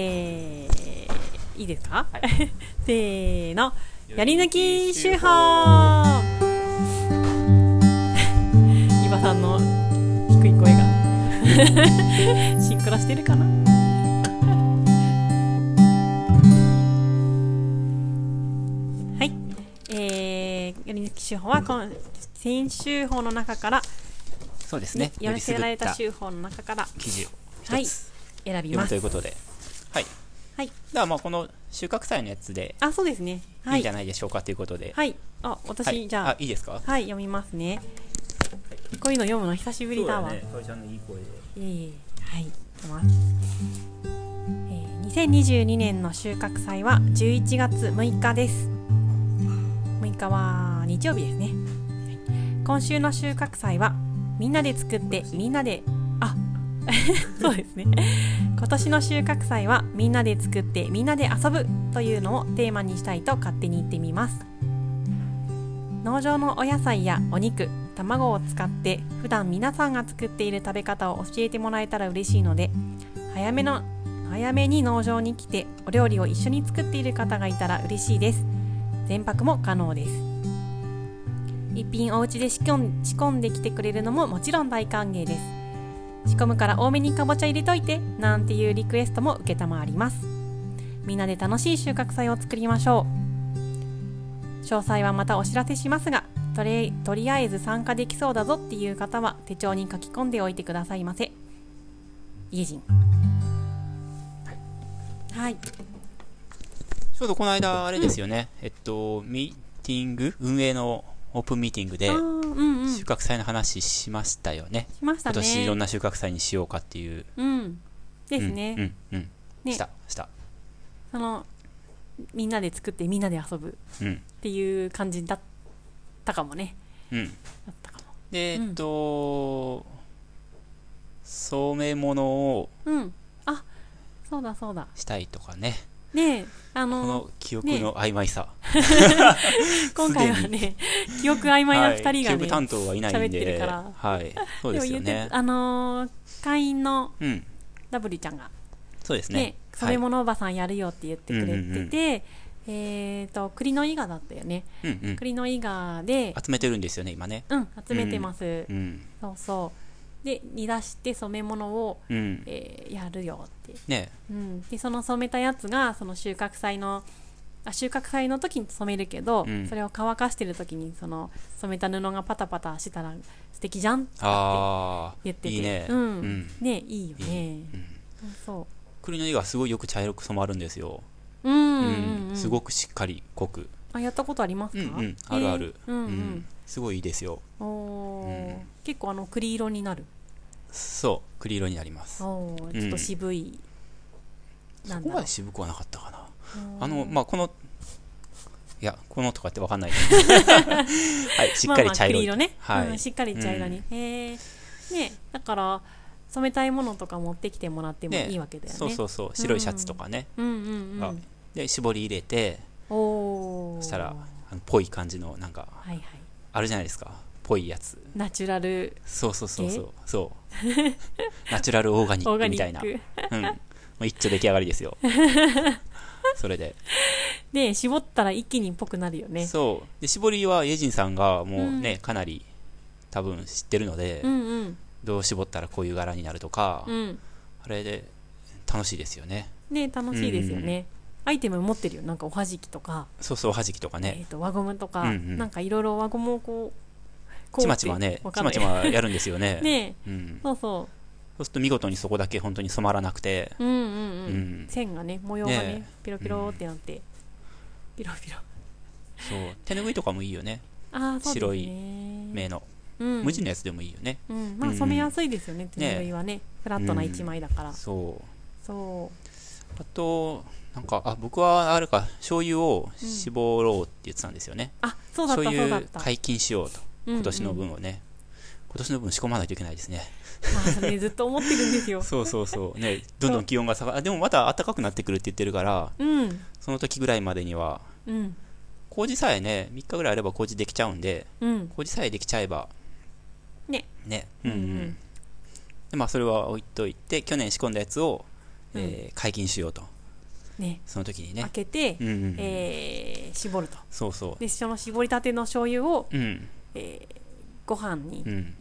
せーいいですか、 せーのやり抜き手法 伊庭さんの低い声が シンクロしてるかな はい、えー、やり抜き手法は今先週法の中からそうですね。やよらりすせぐっられたた手法の中から記事をはい一つ選び読まむとすいうことで、はい。はいではまあこの収穫祭のやつであそうですねはいいいんじゃないでしょうかということで、はいあ私、はいじゃあいいですか。はい、読みますね。こういうの読むの久しぶりだわ。いえかおりちゃんのいい声で。いえはい、読みます。えー2022年の収穫祭は11月6日です。6日は日曜日ですね。はい今週の収穫祭はみんなで作ってみんなであ そうですね。今年の収穫祭はみんなで作ってみんなで遊ぶというのをテーマにしたいと勝手に言ってみます農場のお野菜やお肉卵を使って普段皆さんが作っている食べ方を教えてもらえたら嬉しいので早めの早めに農場に来てお料理を一緒に作っている方がいたら嬉しいです全泊も可能です一品お家で仕込ん仕込んできてくれるのももちろん大歓迎です仕込むから多めにかぼちゃ入れといてなんていうリクエストも承りますみんなで楽しい収穫祭を作りましょう詳細はまたお知らせしますがとりとりあえず参加できそうだぞっていう方は手帳に書き込んでおいてくださいませ家人はいちょうどこの間あれですよね。えっとミーティング運営のオープンミーティングあでーうんうん収し穫祭の話しましたよね。ました今ね年いろんな収穫祭にしようかっていう。うんですね、うんうんうん。ねしたした。そのみんなで作ってみんなで遊ぶっうんていう感じだったかもねうん。だったかもでうんえっと、染め物をうんあそうだそうだしたいとかね。ねえあこのの記憶の曖昧さ。今回はね 記憶曖昧な2人がね、記憶担当はいないん喋ってるでから、はい、そうですよも言っねて。あのー会員のうん、ダブリちゃんがそうですねね。染め物おばさんやるよって言ってくれてて、うんうんうんえっ、と栗の伊賀だったよねはい、うんうん。栗の伊賀で集めてるんですよね、今ね。うん集めてます、うん、そうそうで煮出して染め物を、うん。えーやるよって、ね、うん、でその染めたやつがその収穫祭のあ収穫祭の時に染めるけど、うんそれを乾かしてる時にその染めた布がパタパタしたら素敵じゃんってああ、言ってていいね。うんうんねいいよねいいうんそ栗の絵がすごいよく茶色く染まるんですよ。ううんううん、うん、すごくしっかり濃く。あやったことありますうんか、うん、あるある。えーうんうん、すごいいいですよ。おーうん結構あの栗色になるそう、栗色になります。そおーちょっと渋い、なんこだろまうで渋くはなかったかな。おーあの、まあ、この、いや、このとかってわか んない。はい、しっかり茶色い。まあまあ栗色ね、はいうんしっかり茶色に、へえねだから染めたいものとか持ってきてもらってもねいいわけだよねそうそうそう白いシャツとかね、うんうんうあんで絞り入れておおそしたらはあのぽい感じのなんかいはいあるじゃないですかぽいやつナチュラルそうそうそうそうそう ナチュラルオーガニオーッガクニみたいなックうんもう一丁出来上がりです よそれで、で絞ったら一気にっぽくなるよねそうで絞りはイェジンさんがもうね、うんかなり多分知ってるので、うんうんどう絞ったらこういう柄になるとか、うんあれで楽しいですよねね楽しいですよね、アイテム持ってるよなんかおはじきとか、そうそうおはじきとかえねー、と輪ゴムとか、うんうんなんかいろいろ輪ゴムをこうこうちまちまねわかちんなまいちまやるんです よねえうん、そうそそうすると見事にそこだけ本当に染まらなくて、ううんうんうん、 うん線がね模様がねねピロピロってなって、ピロピロそう手ぬぐいとかもいいよね、ああそうですね白い目の、うん、無地のやつでもいいよね。うんまあうん染めやすいですよね手ねえぬぐいはねフラットな一枚だから、そうそあとなんかあ僕はあれか醤油を絞ろうって言ってたんですよね、うあそうだった醤そうだ油った解禁しようと今年のうんうん分をね、今年の分仕込まないといけないですね。まあそれねずっと思ってるん ですよそうそうそう。ね、どんどん気温が下があでもまた暖かくなってくるって言ってるから、うんその時ぐらいまでには、うん麹さえね、3日ぐらいあれば麹できちゃうんで、うん麹さえできちゃえばねねうんう、うんんうんでまあそれは置いといて去年仕込んだやつをえー解禁しようとねその時に開ね、けて、うんうんうんえー絞るとそうそでその絞りたての醤油を、ううんえーご飯に、うん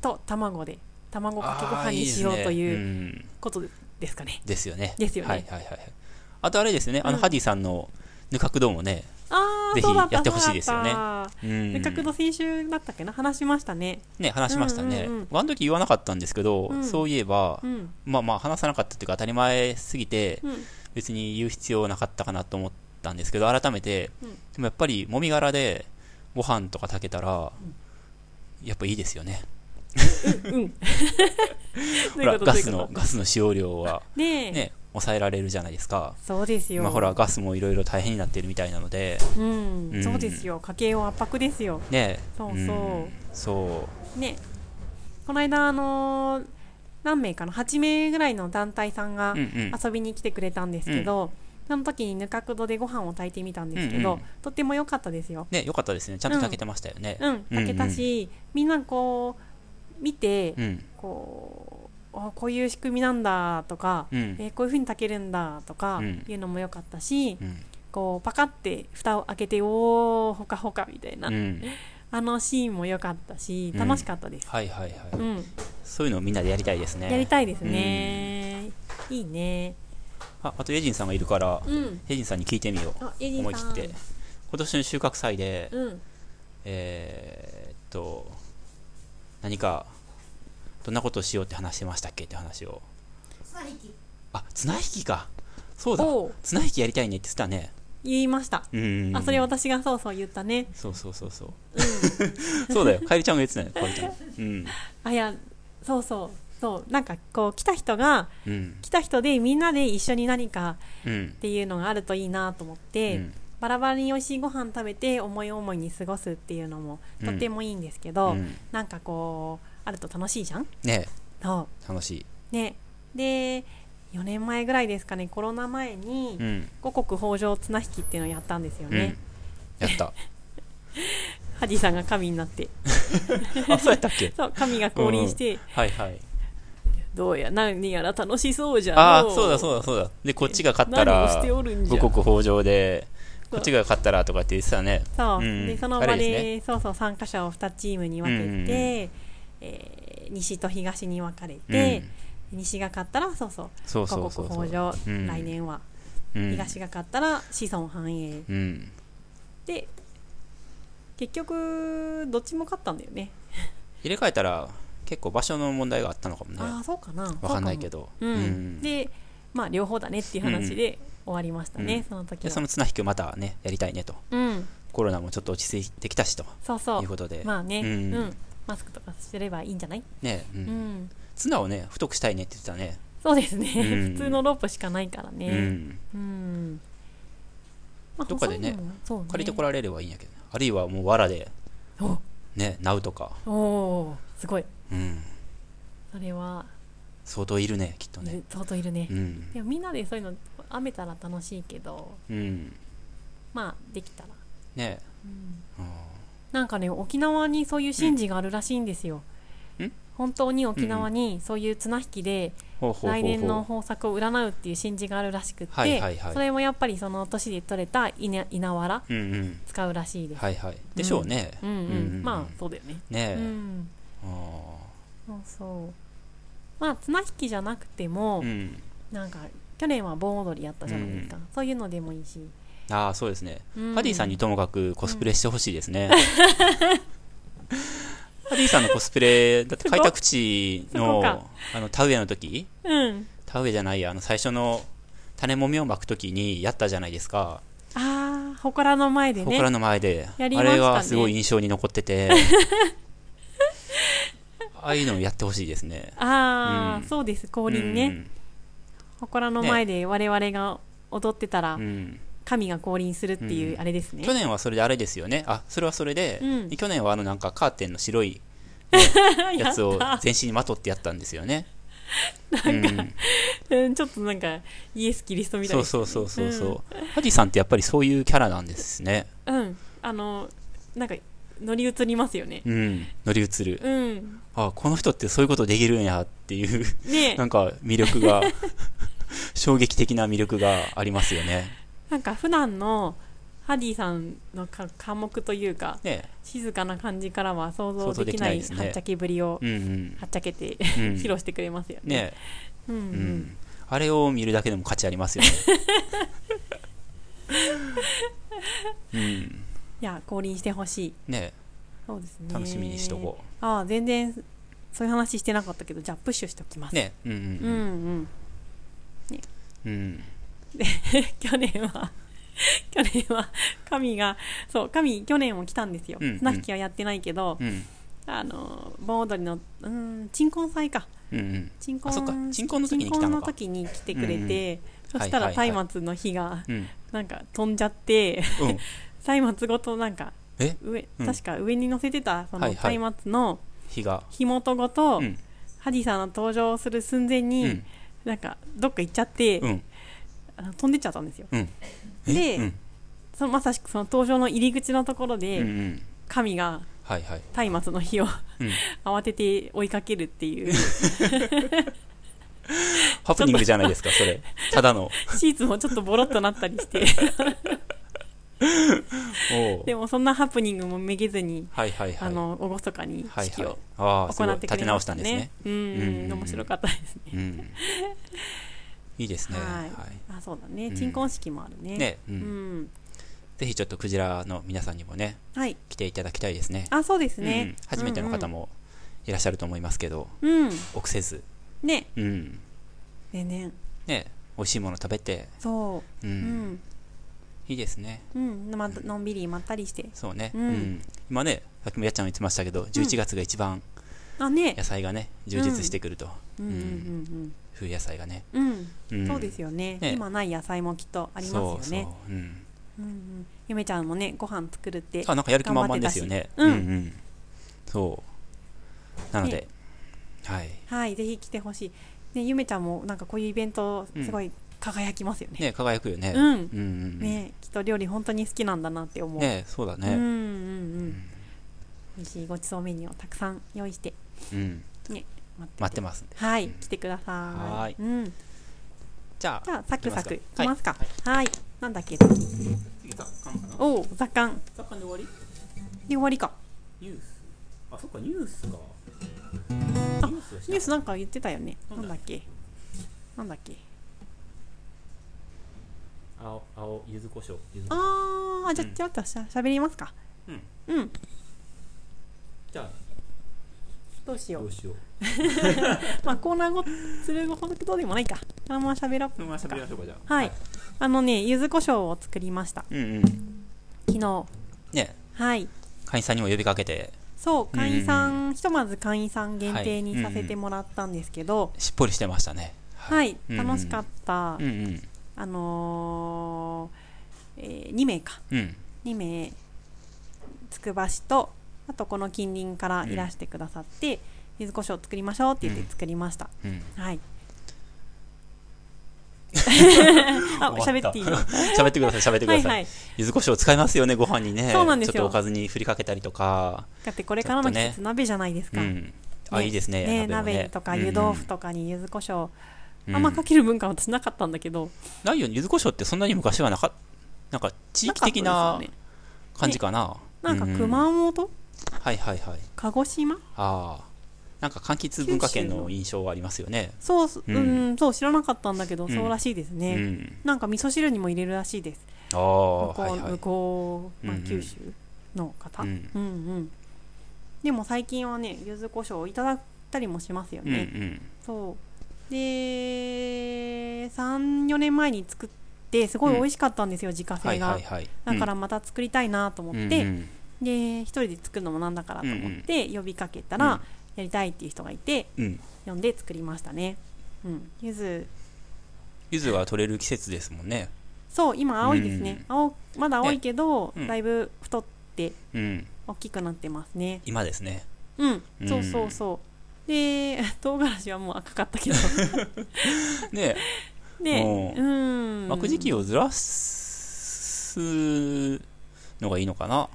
と卵で卵かけごあ飯ーいにいですしねようといううんことですかねですよねですよねはいはいはいはいあとあれですよねあの、うんハディさんのぬかくどもねああぜひそうだったやってほしいですよねそうだったうんせっかくの先週だったっけな話しましたねね話しましたね、うんうんうんあの時言わなかったんですけど、うんそういえば、うんまあまあ話さなかったっていうか当たり前すぎて、うん別に言う必要なかったかなと思ったんですけど改めて、うんでもやっぱりもみ殻でご飯とか炊けたら、やっぱいいですよねうん。ほらガスのどういうことガスの使用量はねえね抑えられるじゃないですかそうですよ。今ほらガスもいろいろ大変になってるみたいなのでうん、うんそうですよ。家計を圧迫ですよ。ねそうそううんそねこの間、あのー何名かな、8名ぐらいの団体さんがううんうん遊びに来てくれたんですけど、その時にぬかくどでご飯を炊いてみたんですけど、うんうんとっても良かったですよ。ねよかったですねちゃんと炊けてましたよねうん、炊けたし、みんなこう、見て、うんこう、あこういう仕組みなんだとか、うんえーこういうふうに炊けるんだとかうんいうのも良かったし、うんこうパカって蓋を開けておおほかほかみたいな、うんあのシーンも良かったしうん楽しかったです、はいはいはい、うんそういうのをみんなでやりたいですねやりたいですね、いいねああとエジンさんがいるから、うんエジンさんに聞いてみようあエジ思ンいさ切んって今年の収穫祭で、うんえーっと何かどんなことをしようって話してましたっけって話をあ綱引きかそうだおう綱引きやりたいねって言ってたね言いました、うんうんうんあそれ私がそうそう言ったねそうそうそうそう そうだよかえりちゃんが言ってたねかえりちゃんうんあいやそうそうそうなんかこう来た人がうん来た人でみんなで一緒に何かうんっていうのがあるといいなと思っうて、んバラバラに美味しいご飯食べて思い思いに過ごすっていうのもとってもいいんですけど、うんなんかこうあると楽しいじゃんねそえ楽しいうねで4年前ぐらいですかねコロナ前にうん五穀豊穣綱引きっていうのをやったんですようんね、やったハディさんが神になってあそうやったっけそう神が降臨して、は いはいどうや何やら楽しそうじゃああのそうだそうだそうだでこっちが勝った何らをしておるんじゃ五穀豊穣でそこうっちが勝ったらとかって言ってたねそう、うんでその場であれでそうそう参加者を2チームに分けて、うんうんうんえー西と東に分かれて、西が勝ったらそうそうそうそ五うそうそ穀う豊穣、うん来年は、うん東が勝ったら子孫繁栄、うんで結局どっちも勝ったんだよね入れ替えたら結構場所の問題があったのかもねああそうかなわかんないけどそうかも、うんうんでまあ両方だねっていう話で終わりましたね、うんその時ではその綱引きをまたねやりたいねとうんコロナもちょっと落ち着いてきたしとそうそいううことでまあねううんん、マスクとかすればいいんじゃないねううん、ん綱をね太くしたいねって言ってたねそうですね、うん普通のロープしかないからうねんうん、まあどっかでね細いのもそうね借りてこられればいいんやけどねあるいはもう藁でねナウとかおおーすごいうんそれは相当いるねきっとね相当いるね、うんでもみんなでそういうの編めたら楽しいけどうんまあできたら、ねうんうんなんかね沖縄にそういう神事があるらしいんですよ、うんん本当に沖縄にそういう綱引きでほうほうほうほ来う年の方策を占うっていう神事があるらしくって、はいはいはいそれもやっぱりその年で取れた稲稲わらうんうん使うらしいです、はいはいでしょうねうんうん、まあねそうだよね、うえんあそうそうまあ綱引きじゃなくてあも、うんなんか去年は盆踊りやったじゃないですか、そういうのでもいいし、ああそうですねうんハディさんにともかくコスプレしてほしいで すねハディさんのコスプレだって開拓地そこのかあの田植えの時うん田植えじゃないやあの最初の種もみをまく時にやったじゃないですかああ祠の前でね祠の前で、やりあましたねれはすごい印象に残って てああいうのをやってほしいですねああ、うんそうです降臨ね、祠の前で我々が踊ってたらうんうん神が降臨するっていううあれですね、去年はそれであれですよねあそれはそれで、うんで去年はあのなんかカーテンの白いや つを全身にまとってやったんですよ ねうん、うんちょっとなんかイエス・キリストみたいそうなそうそうそうそう、ハディさんってやっぱりそういうキャラなんですねうんあのなんか乗り移りますよねうん乗り移る、うん あこの人ってそういうことできるんやっていうねなんか魅力が 衝撃的な魅力がありますよね。なんか普段のハディさんのか科目というかね静かな感じからは想像でき想像できなないいですねはっちゃけぶりをうんうんはっちゃけてうん披露してくれますよね。ねうんううんん、あれを見るだけでも価値あります よね。うん、いや降臨してほしいねそうですね楽しみにしとこうああ全然そういう話してなかったけどじゃあプッシュしておきますう。ねうんうんうんうんうん去年は 去年は神がそう神去年も来たんですよ、うんうん綱引きはやってないけど、うんあの盆踊りのうん鎮魂祭かうんうん鎮あ魂そっか鎮魂の時に来た鎮魂ののか。時に来てくれて、うんそしたらはいはいは松明の火がうんなんか飛んじゃってうん 松明ごとなんかえ上、うん確か上に乗せてたそはのいはい松明の日が。火元ごと、うんハディさんの登場する寸前うに、んなんかどっか行っちゃって、うんあの飛んでっちゃったんですようん。えでうんそのまさしくその登場の入り口のところうで、んうん神がはいはい。松明の火をうん 慌てて追いかけるっていうハプニングじゃないですかそれ。ただの。シーツもちょっとボロっとなったりしてお うでもそんなハプニングもめげずに、はいはいはい。あの厳かにはい式はいを。ああす行ごいってく立てれ直まししたたんですねね。。うんうんうん面白かったですね。うん。いいですね。はいはあそうだねうん鎮魂式もあるい。ね。ね、う。うんんぜひちょっとクジラの皆さんにもね、はい来ていただきたいですね。あそうですうねん。初めての方もいらっしゃると思いますけど、うん臆せず、ねうん。ねねね、美味しいもの食べて、。そうううんんいいですね。うんまのんびりまったりしてそうね。ううんん。今ね、さっきもやっちゃんも言ってましたけど、11月が一番あね野菜がね、充実してくると。うんうん冬野菜がね。うんうんんそうですよねね今ない野菜もきっとありますよね。そうそう。うん。うんうんゆめちゃんもねご飯作るってあなんかやる気満々ですよね。頑張ってたしんそう。なので、はい。はいぜひ来てほしい、ね、ゆめちゃんもなんかこういうイベントうんすごい輝きますよね,、ね輝くよね。うんうんうん。ねきっと料理本当に好きなんだなって思う、ねそうだうんうんね。うん美味しいごちそうメニューをたくさん用意してうん。待ってて待ってますんで。はいうん来てくださいはーいうん、じゃじゃあサクサクいいききまますすかかはいはいなんだっけ次次雑感かなおお雑感雑感で終わりで終わりかニュース。あ、そっか、ニュースか。あニュースはしニュなーいスなんか言ってたよねそうなだんだっけなんだっけ青、青、柚子胡椒。柚子胡椒あーじゃあうんちょっとしゃしゃべりますかうんうんじゃあ、どうしよどううしよう。まあコーナーごするほどでもないか。あんま喋らそのまま喋りましょうか、じゃあ。はい。あのね、柚子胡椒を作りました。うんうん。昨日。ねはい。会員さんにも呼びかけて、そう、会員さ、うんひとまず会員さん限定はにいさせてもらったんですけど、しっぽりしてましたね。。はいい、うん楽しかった。うんうん。あのーえ2名か。うん。 2名、つくば市と、あとこの近隣からいらしてくださって、柚子胡椒を作りましょうって言って作りました。うん。 はい。 あ、喋っていいの 喋ってください、喋ってくはだいさはいい。。柚子胡椒使いますよね、ご飯にね。そうなんですよちょっとおかずに振りかけたりとか。だってこれからの季節鍋じゃないですうか。ん。あ、ねいいですね。ね、も鍋とか湯豆腐とかに柚子胡椒、うんあんまかける文化は私なかったんだけど、ないよね、柚子胡椒ってそんなに昔はなかっなんか地域的な感じかな。なんかう熊本、はいはいはい。鹿児島ああ。なんか柑橘文化圏の印象はありますよね。そうす、ううんん、そう知らなかったんだけど、うんそうらしいですうね、ん。なんか味噌汁にも入れるらしいですあ向こあ、う,、はいはい向。こう、まあうんうん九州の方、ううんん、うんでも最近はね柚子胡椒をいただいたりもしますようんうね、ん。そうで34年前に作ってすごい美味しかったんですよ、自家製が、はいはいはい。だからまた作りたいなと思うっん、て、うんで一人で作るのもなんだからと思って呼びかけたら、うんやりたいっていう人がいてうん。うん呼んで作りましたねうん柚子柚子が取れる季節ですもんね。そう今青いですね、青まだ青いけど、ねうんだいぶ太ってうん。大きくなってますね今ですね。うん、うんそうそうそうで 唐辛子はもう赤かった けどねでおううん巻く時期をずらすのがいいのかな、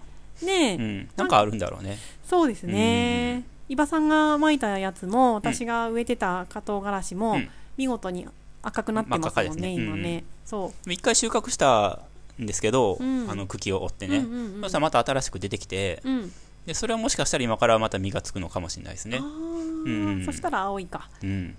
ねえ、うん、なんかあるんだろうねそうですね伊庭さんが巻いたやつも私が植えてた加藤辛子も、うん見事に赤くなってますも真っん赤ねですね今うんね、そ一回収穫したんですけど、うんあの茎を折ってう、ね、うんうんうんそしたらまた新しく出てきてうんでそれはもしかしたら今からまた実がつくのかもしれないですあね、ーうんそしたら青いかうん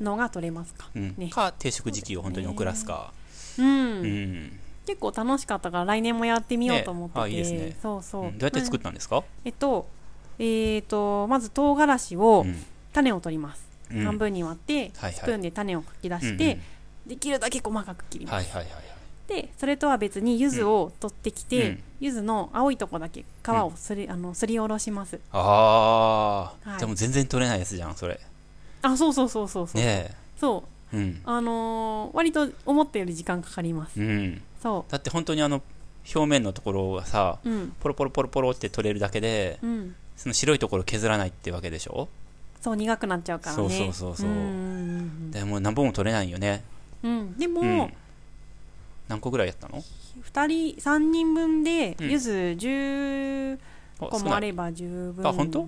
のが取れますか、うんねか定食時期を本当に遅らすかうんう、ん結構楽しかったから来年もやってみようと思ってて、ねあいいですねそうそう、うんどうやって作まったんですか、あえっとえー、とまず唐辛子をうん種を取ります、うん半分に割ってはいはいスプーンで種をかき出して、できるだけ細かく切うりんうんます、はいはいはいはいでそれとは別に柚子を取ってきうてん柚子、の青いとこだけ皮をすり,、あのすりおろしますああ、はいでも全然取れないやつじゃんそれあそうそうそうそうそう、ねそうえうんあのー割と思ったより時間かかります、うんそだって本当にあの表面のところはさううんポロポロポロポロって取れるだけでうんその白いところ削らないってわけでしょそう苦くなっちゃうからねそうそうそうそうんうんでもう何本も取れないよねうん、うん、でも、うん何個ぐらいやったの2人3人分でうんゆず10個少もなあいれば十分あ本当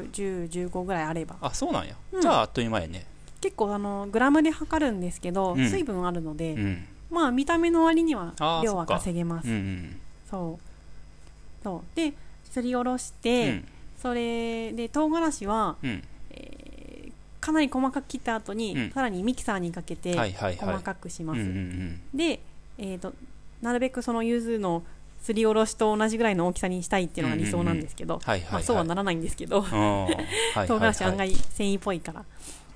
101015ぐらいあればあそうなんや、うんじゃああっという間やね結構あのグラムで測るんですけど、うん水分あるので、うんまあ見た目の割にはあー量そはっか稼げますうんうんそうそうですりおろしうて、んそれで唐辛子はうんかなり細かく切った後に、うんさらにミキサーにかけてはいはいはい細かくしうまんす、うんうんで、えー、となるべくそのゆずのすりおろしと同じぐらいの大きさにしたいっていうのが理想なんですけど、はいはいまはあ、いそうはならないんですけど、うんはいはいはい唐辛子案外繊維っぽいから。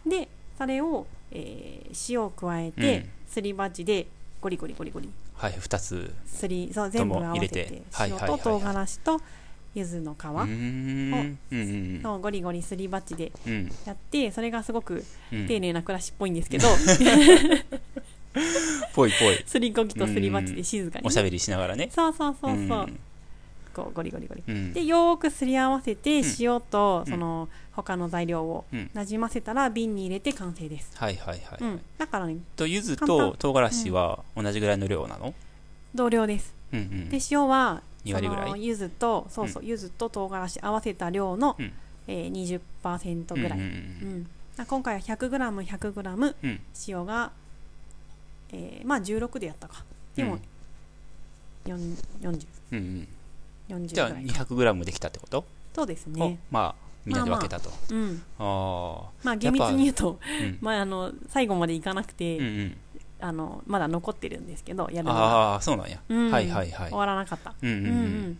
で、それを、えー塩を加えうてん、すり鉢でゴリゴリゴリゴリ、はい2つすり、そう、全部合わせとも入れてて、はい塩はいとはい唐辛子と柚子の皮うーんをうんうんのゴリゴリすり鉢でうんやって、それがすごくうん丁寧な暮らしっぽいんです けど、ぽいぽいすりこぎとすり鉢で静かにおし。ゃべりしながらね。そうそうそううそうんこうゴリゴリゴリ。うんでよーくすり合わせてん塩とうんその他の材料をうんなじませたら瓶に入れて完成です、はいはいはい、うん、だからねと柚子簡と単唐辛子は同じぐらいの量なの、同量ですうんうん、で塩は二割ぐらいその柚子とそうそう柚子と唐辛子合わせた量の、うんえー、20%ぐらい、ううんんうんうんだから今回は 100g100g うん塩が、えーまあ16でやったかでも、四4040うんうん、ぐじゃあらい 200g できたってこと、そうですをねまあみんなで分けたと、うんああまあ厳密に言うと、ー、うん まあ、あの最後までいかなくて、うんうん、あのまだ残ってるんですけどやるのが、ああそうなんや、うんはいはいはい終わらなかった、うんうんううんんうん、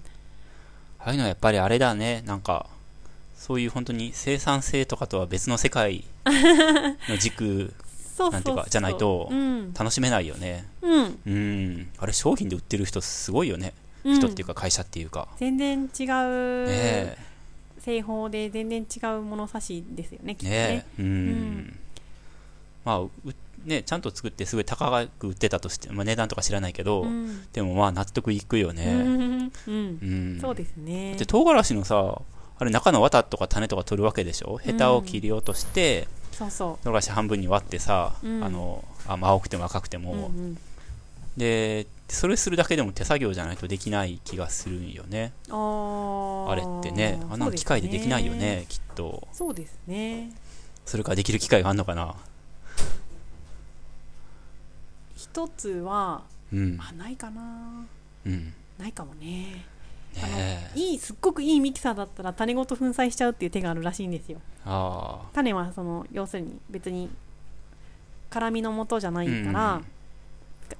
ああいうのはやっぱりあれだねなんかそういう本当に生産性とかとは別の世界の軸 そうそうそうなんていうかじゃないとうん楽しめないよねうんうんあれ商品で売ってる人すごいよね、うん人っていうか会社っていうか全然違ねうえ製法で全然違う物差しですよねきっとねねえうん、んまあうねちゃんと作ってすごい高く売ってたとして、まあ、値段とか知らないけど、うんでもまあ納得いくようんうねんうんうん、そうですねで唐辛子のさあれ中の綿とか種とか取るわけでしょヘタを切り落として、そうそ唐辛子半分に割ってさ、うんあのあまあ青くても赤くてうも、うんうんでそれするだけでも手作業じゃないとできない気がするんよねあーあれってねあんなの機械でできないよねきっとそうですねそうですねそれからできる機械があんのかな一つはうんあないかなうんないかもねあのねえいいすっごくいいミキサーだったら種ごと粉砕しちゃうっていう手があるらしいんですよああ種はその要するに別に辛みのもとじゃないから、うん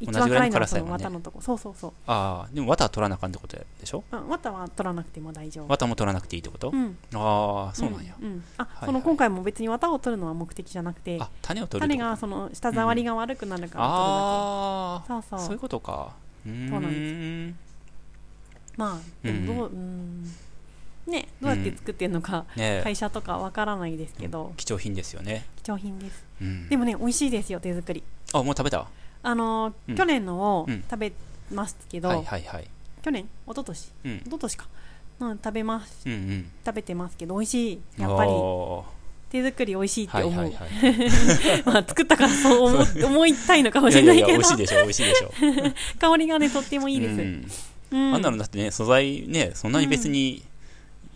一同番じぐら辛いいののは辛そさやのもんね綿のとこ、そうそうそうああでも綿は取らなあかんってことでしょあ綿は取らなくても大丈夫綿も取らなくていいってこと、うんああそうなんや、うんうんあ、いはいその今回も別に綿を取るのは目的じゃなくてあ種を取るっ種てことがその舌触りが悪くなるから取るだあけ、あそうそうそういうことかうーんそうなんでまあでもどう,、うんねどうやって作ってるのか、すねえ会社とかわからないですけど、貴重品ですよね、貴重品ですうん、でもね美味しいですよ手作りあもう食べたあのー、うん去年のをうん食べますけど、はいはいはい去年一昨年うん一昨年か、うん、食べますうんうん食べてますけど美味しいやっぱりおー手作り美味しいってはい思う、はい はいまあ作ったからそう思っ思いたいのかもしれいなやいいけやど美味しいでしょ美味しいでしょ香りがねとって もいいです、す、うんうん、あんなのだってね素材ねそんなに別に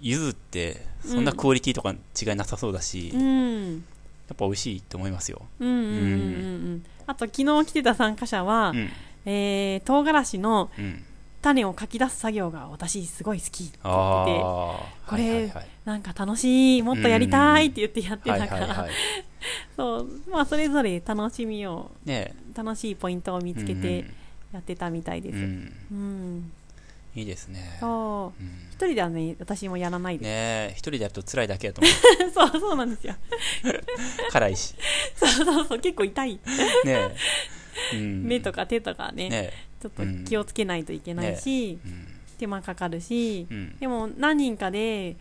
柚子ってそんなクオリティとか違いなさそうだし、うんっぱ美味しいと思いますよ。うんうんうんうんうんあと昨日来てた参加者は、うん。えー唐辛子のうん。種をかき出す作業が私すごい好きって言ああっててー。これはいはいなんか楽しいもっとやりたいって言ってやってはい。はたいかはいはらい。 そうまあそれぞれ楽しみをね楽しいポイント を見えつけてやってたみたいでうんすううん、ん。いいですね。そううん一人ではね私もやらないでねえ、一人でやると辛いだけやと思す、 そうそうなんですよ う。辛いし。そうそうそう結構痛いね え。うん目とか手とかねねちょっと気をつけないといけないし、え。うん手間かかるしうん。でも何人かで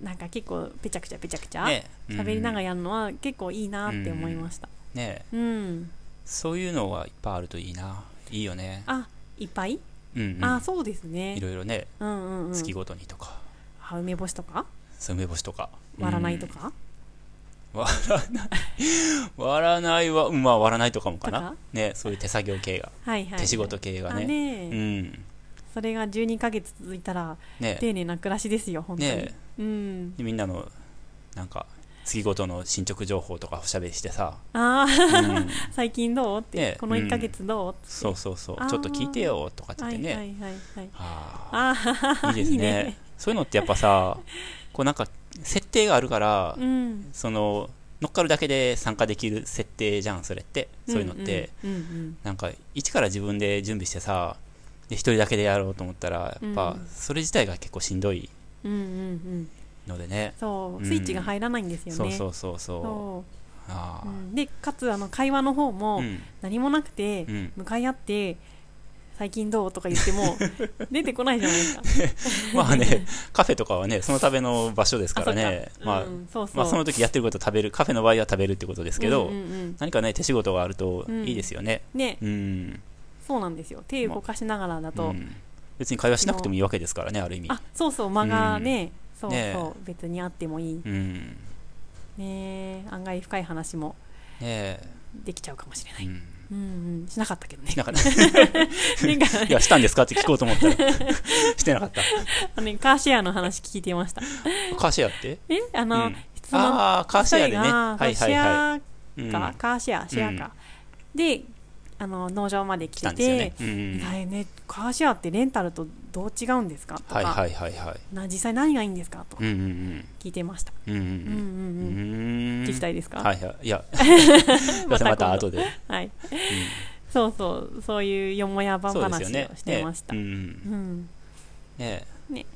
なんか結構ペチャクチャペチャクチャねえ喋りながらうんやるのは結構いいなって思いましたねうえ。ん、そういうのはいっぱいあるといいな。いいよね。あいっぱい、うんうん。あそうですねいろいろね、うんうんうん月ごとにとか、あ梅干しとかそう梅干しとか。割らないとか、うん。割らないは、うんまあ割らないとかもとかなか。ねそういう手作業系が。はいはい手仕事系があね。ねえうん。それが12ヶ月続いたらね丁寧な暮らしですよ本当に、ねうんでみんなの、なんか、月ごとの進捗情報とかおしゃべりして さ。あうあん最近どうって、ねえこの1ヶ月どう、ってそうそうそあーう。ちょっと聞いてよとかっては言いってはいね。はいはいあああ、いいで すいいねねそういうのってやっぱさ、こうなんか、設定があるからあ、うんその、乗っかるだけで参加できる設定じゃん、それって。そういうのって。うんうんなんか、一から自分で準備してさ、で、一人だけでやろうと思ったら、やっうぱん、それ自体が結構しんどいうんうんうんうんのでね。そううんスイッチが入らないんですよね、そうそうそうそう。そうあうあ。んでかつあの会話の方うもん。何もなくて、うん。向かい合って最近どうとか言っても出てこないじゃないですか まあね、カフェとかはね、そのための場所ですからね。あそっかまあう、ん、そうそう、まあ、その時やってること食べる、カフェの場合は食べるってことですけど、うんうんうん何かね、手仕事があるとうんいいですよね。ねうん。そうなんですよ手動かしながらだと、うん別に会話しなくてもいいわけですからね、ある意味。あそうそう間がね、そうそう、ねえ別にあってもいいうん。ねねえ案外深い話もえ。できちゃうかもしれない、うん。うんうん、しなかったけどねなんかね、 なんかいや、したんですかって聞こうと思ったら、 してなかった。あのねカーシェアの話聞いてましたカーシェアってえあの、うん質問ああー、カーシェアでね。二人がはいそはうシェいはい。うアんか、カーシェアシェアか、であの農場まで来来てたんてですよね。うんうんはいね、カーシェアってレンタルとどう違うんですかとか、はいはいはいはい。な実際何がいいんですかとかうんうん聞いてました、うん。うんうんうんうんうんうんうん。聞きたいですか、はいはい。いや、またまた後で。うんはい、そうそうそういうよもやばそうです話よねを。してました、ねうんうんねえね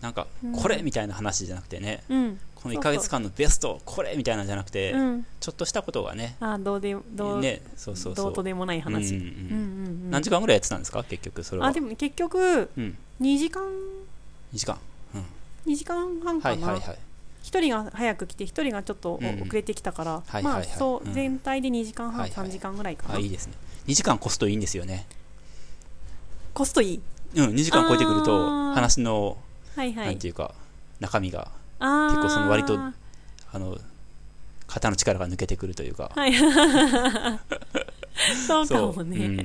なんかうんこれみたいな話じゃなくてね、うんこそうそのう1ヶ月間のベストこれみたいなんじゃなくて、うんちょっとしたことがねあどうでどう,、ねそうそうそどううとでもない話、ううんんうんうんうん何時間ぐらいやってたんですか結局それはあでも結局うん2時間2時間2時間半はかいな、はいはい1人が早く来て1人がちょっとおうん遅れてきたから、はいまはいあはいそう、うん全体で2時間半、はいはい3時間ぐらいかな、あいいですね2時間越すといいんですよねコストいいうん2時間超えてくるとあー話の、はいはなんいていうか中身があー結構その割とあの肩の力が抜けてくるというか、はい そうかもね、うん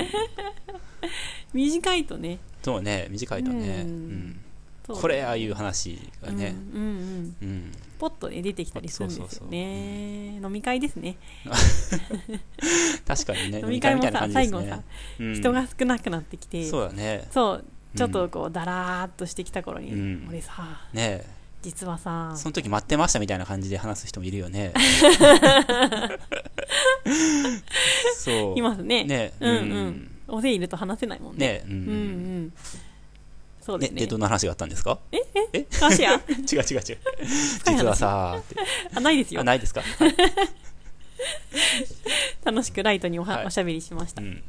短いとねそうね短いとね、うんうんそうこれああいう話がね、うんうんうんうん、ポッと、ね、出てきたりするんですよねそうそうそう飲み会ですね、確かにね、飲み会もさです最後さうん人が少なくなってきてそうだね、そうちょっうとんこうだらーっとしてきた頃に、うん俺さね実はさ その時待ってましたみたいな感じで話す人もいるよね。そう。いますねね、うんうん、大勢いると話せないもんねね、うんう。うんうんんそうでね、すねで、どんな話があったんで すかカーシェア違う違う違う。実はさ、ってあないですあよないですか楽しくライトにおははいおしゃべりしましうたん。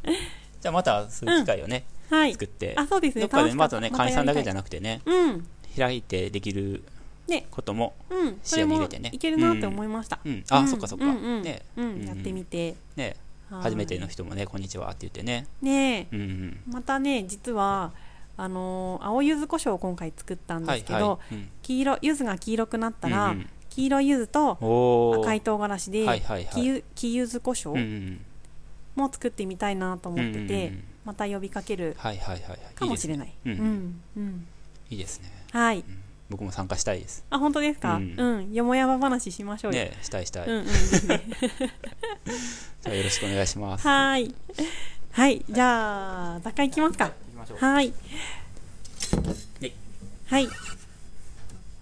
じゃあまたそういう機会をね、はい作って、あそうですねどっかでま楽しかたっね、会員さんだけじゃななくてね、うん開いてできるねことも、うんそれ視野に入もれてねいけるなって思いましたうん。うあ、んそっかそっか。うんうんね、うんやってみてね、はい初めての人もね、こんにちはって言ってね。ねえうんうん。またね実はあのー青柚子胡椒を今回作ったんですけどいうん黄色柚子が黄色くなったうらんうん黄色柚子とおー赤い唐辛子はいではいはい黄ゆ黄柚子胡うん椒うんも作ってみたいなと思ってうんうんうてんまた呼びかけるはいはいはいはいかもしれないいいですうねんうんいいですねはい、ん僕も参加したいです。あ本当ですか、ううんん、よもやま話しましょうよ、ね、したいしたい。うんじうんですねゃあよろしくお願いします。はーいはいじゃあ雑貨いきますか行きましょう。はいはい。はい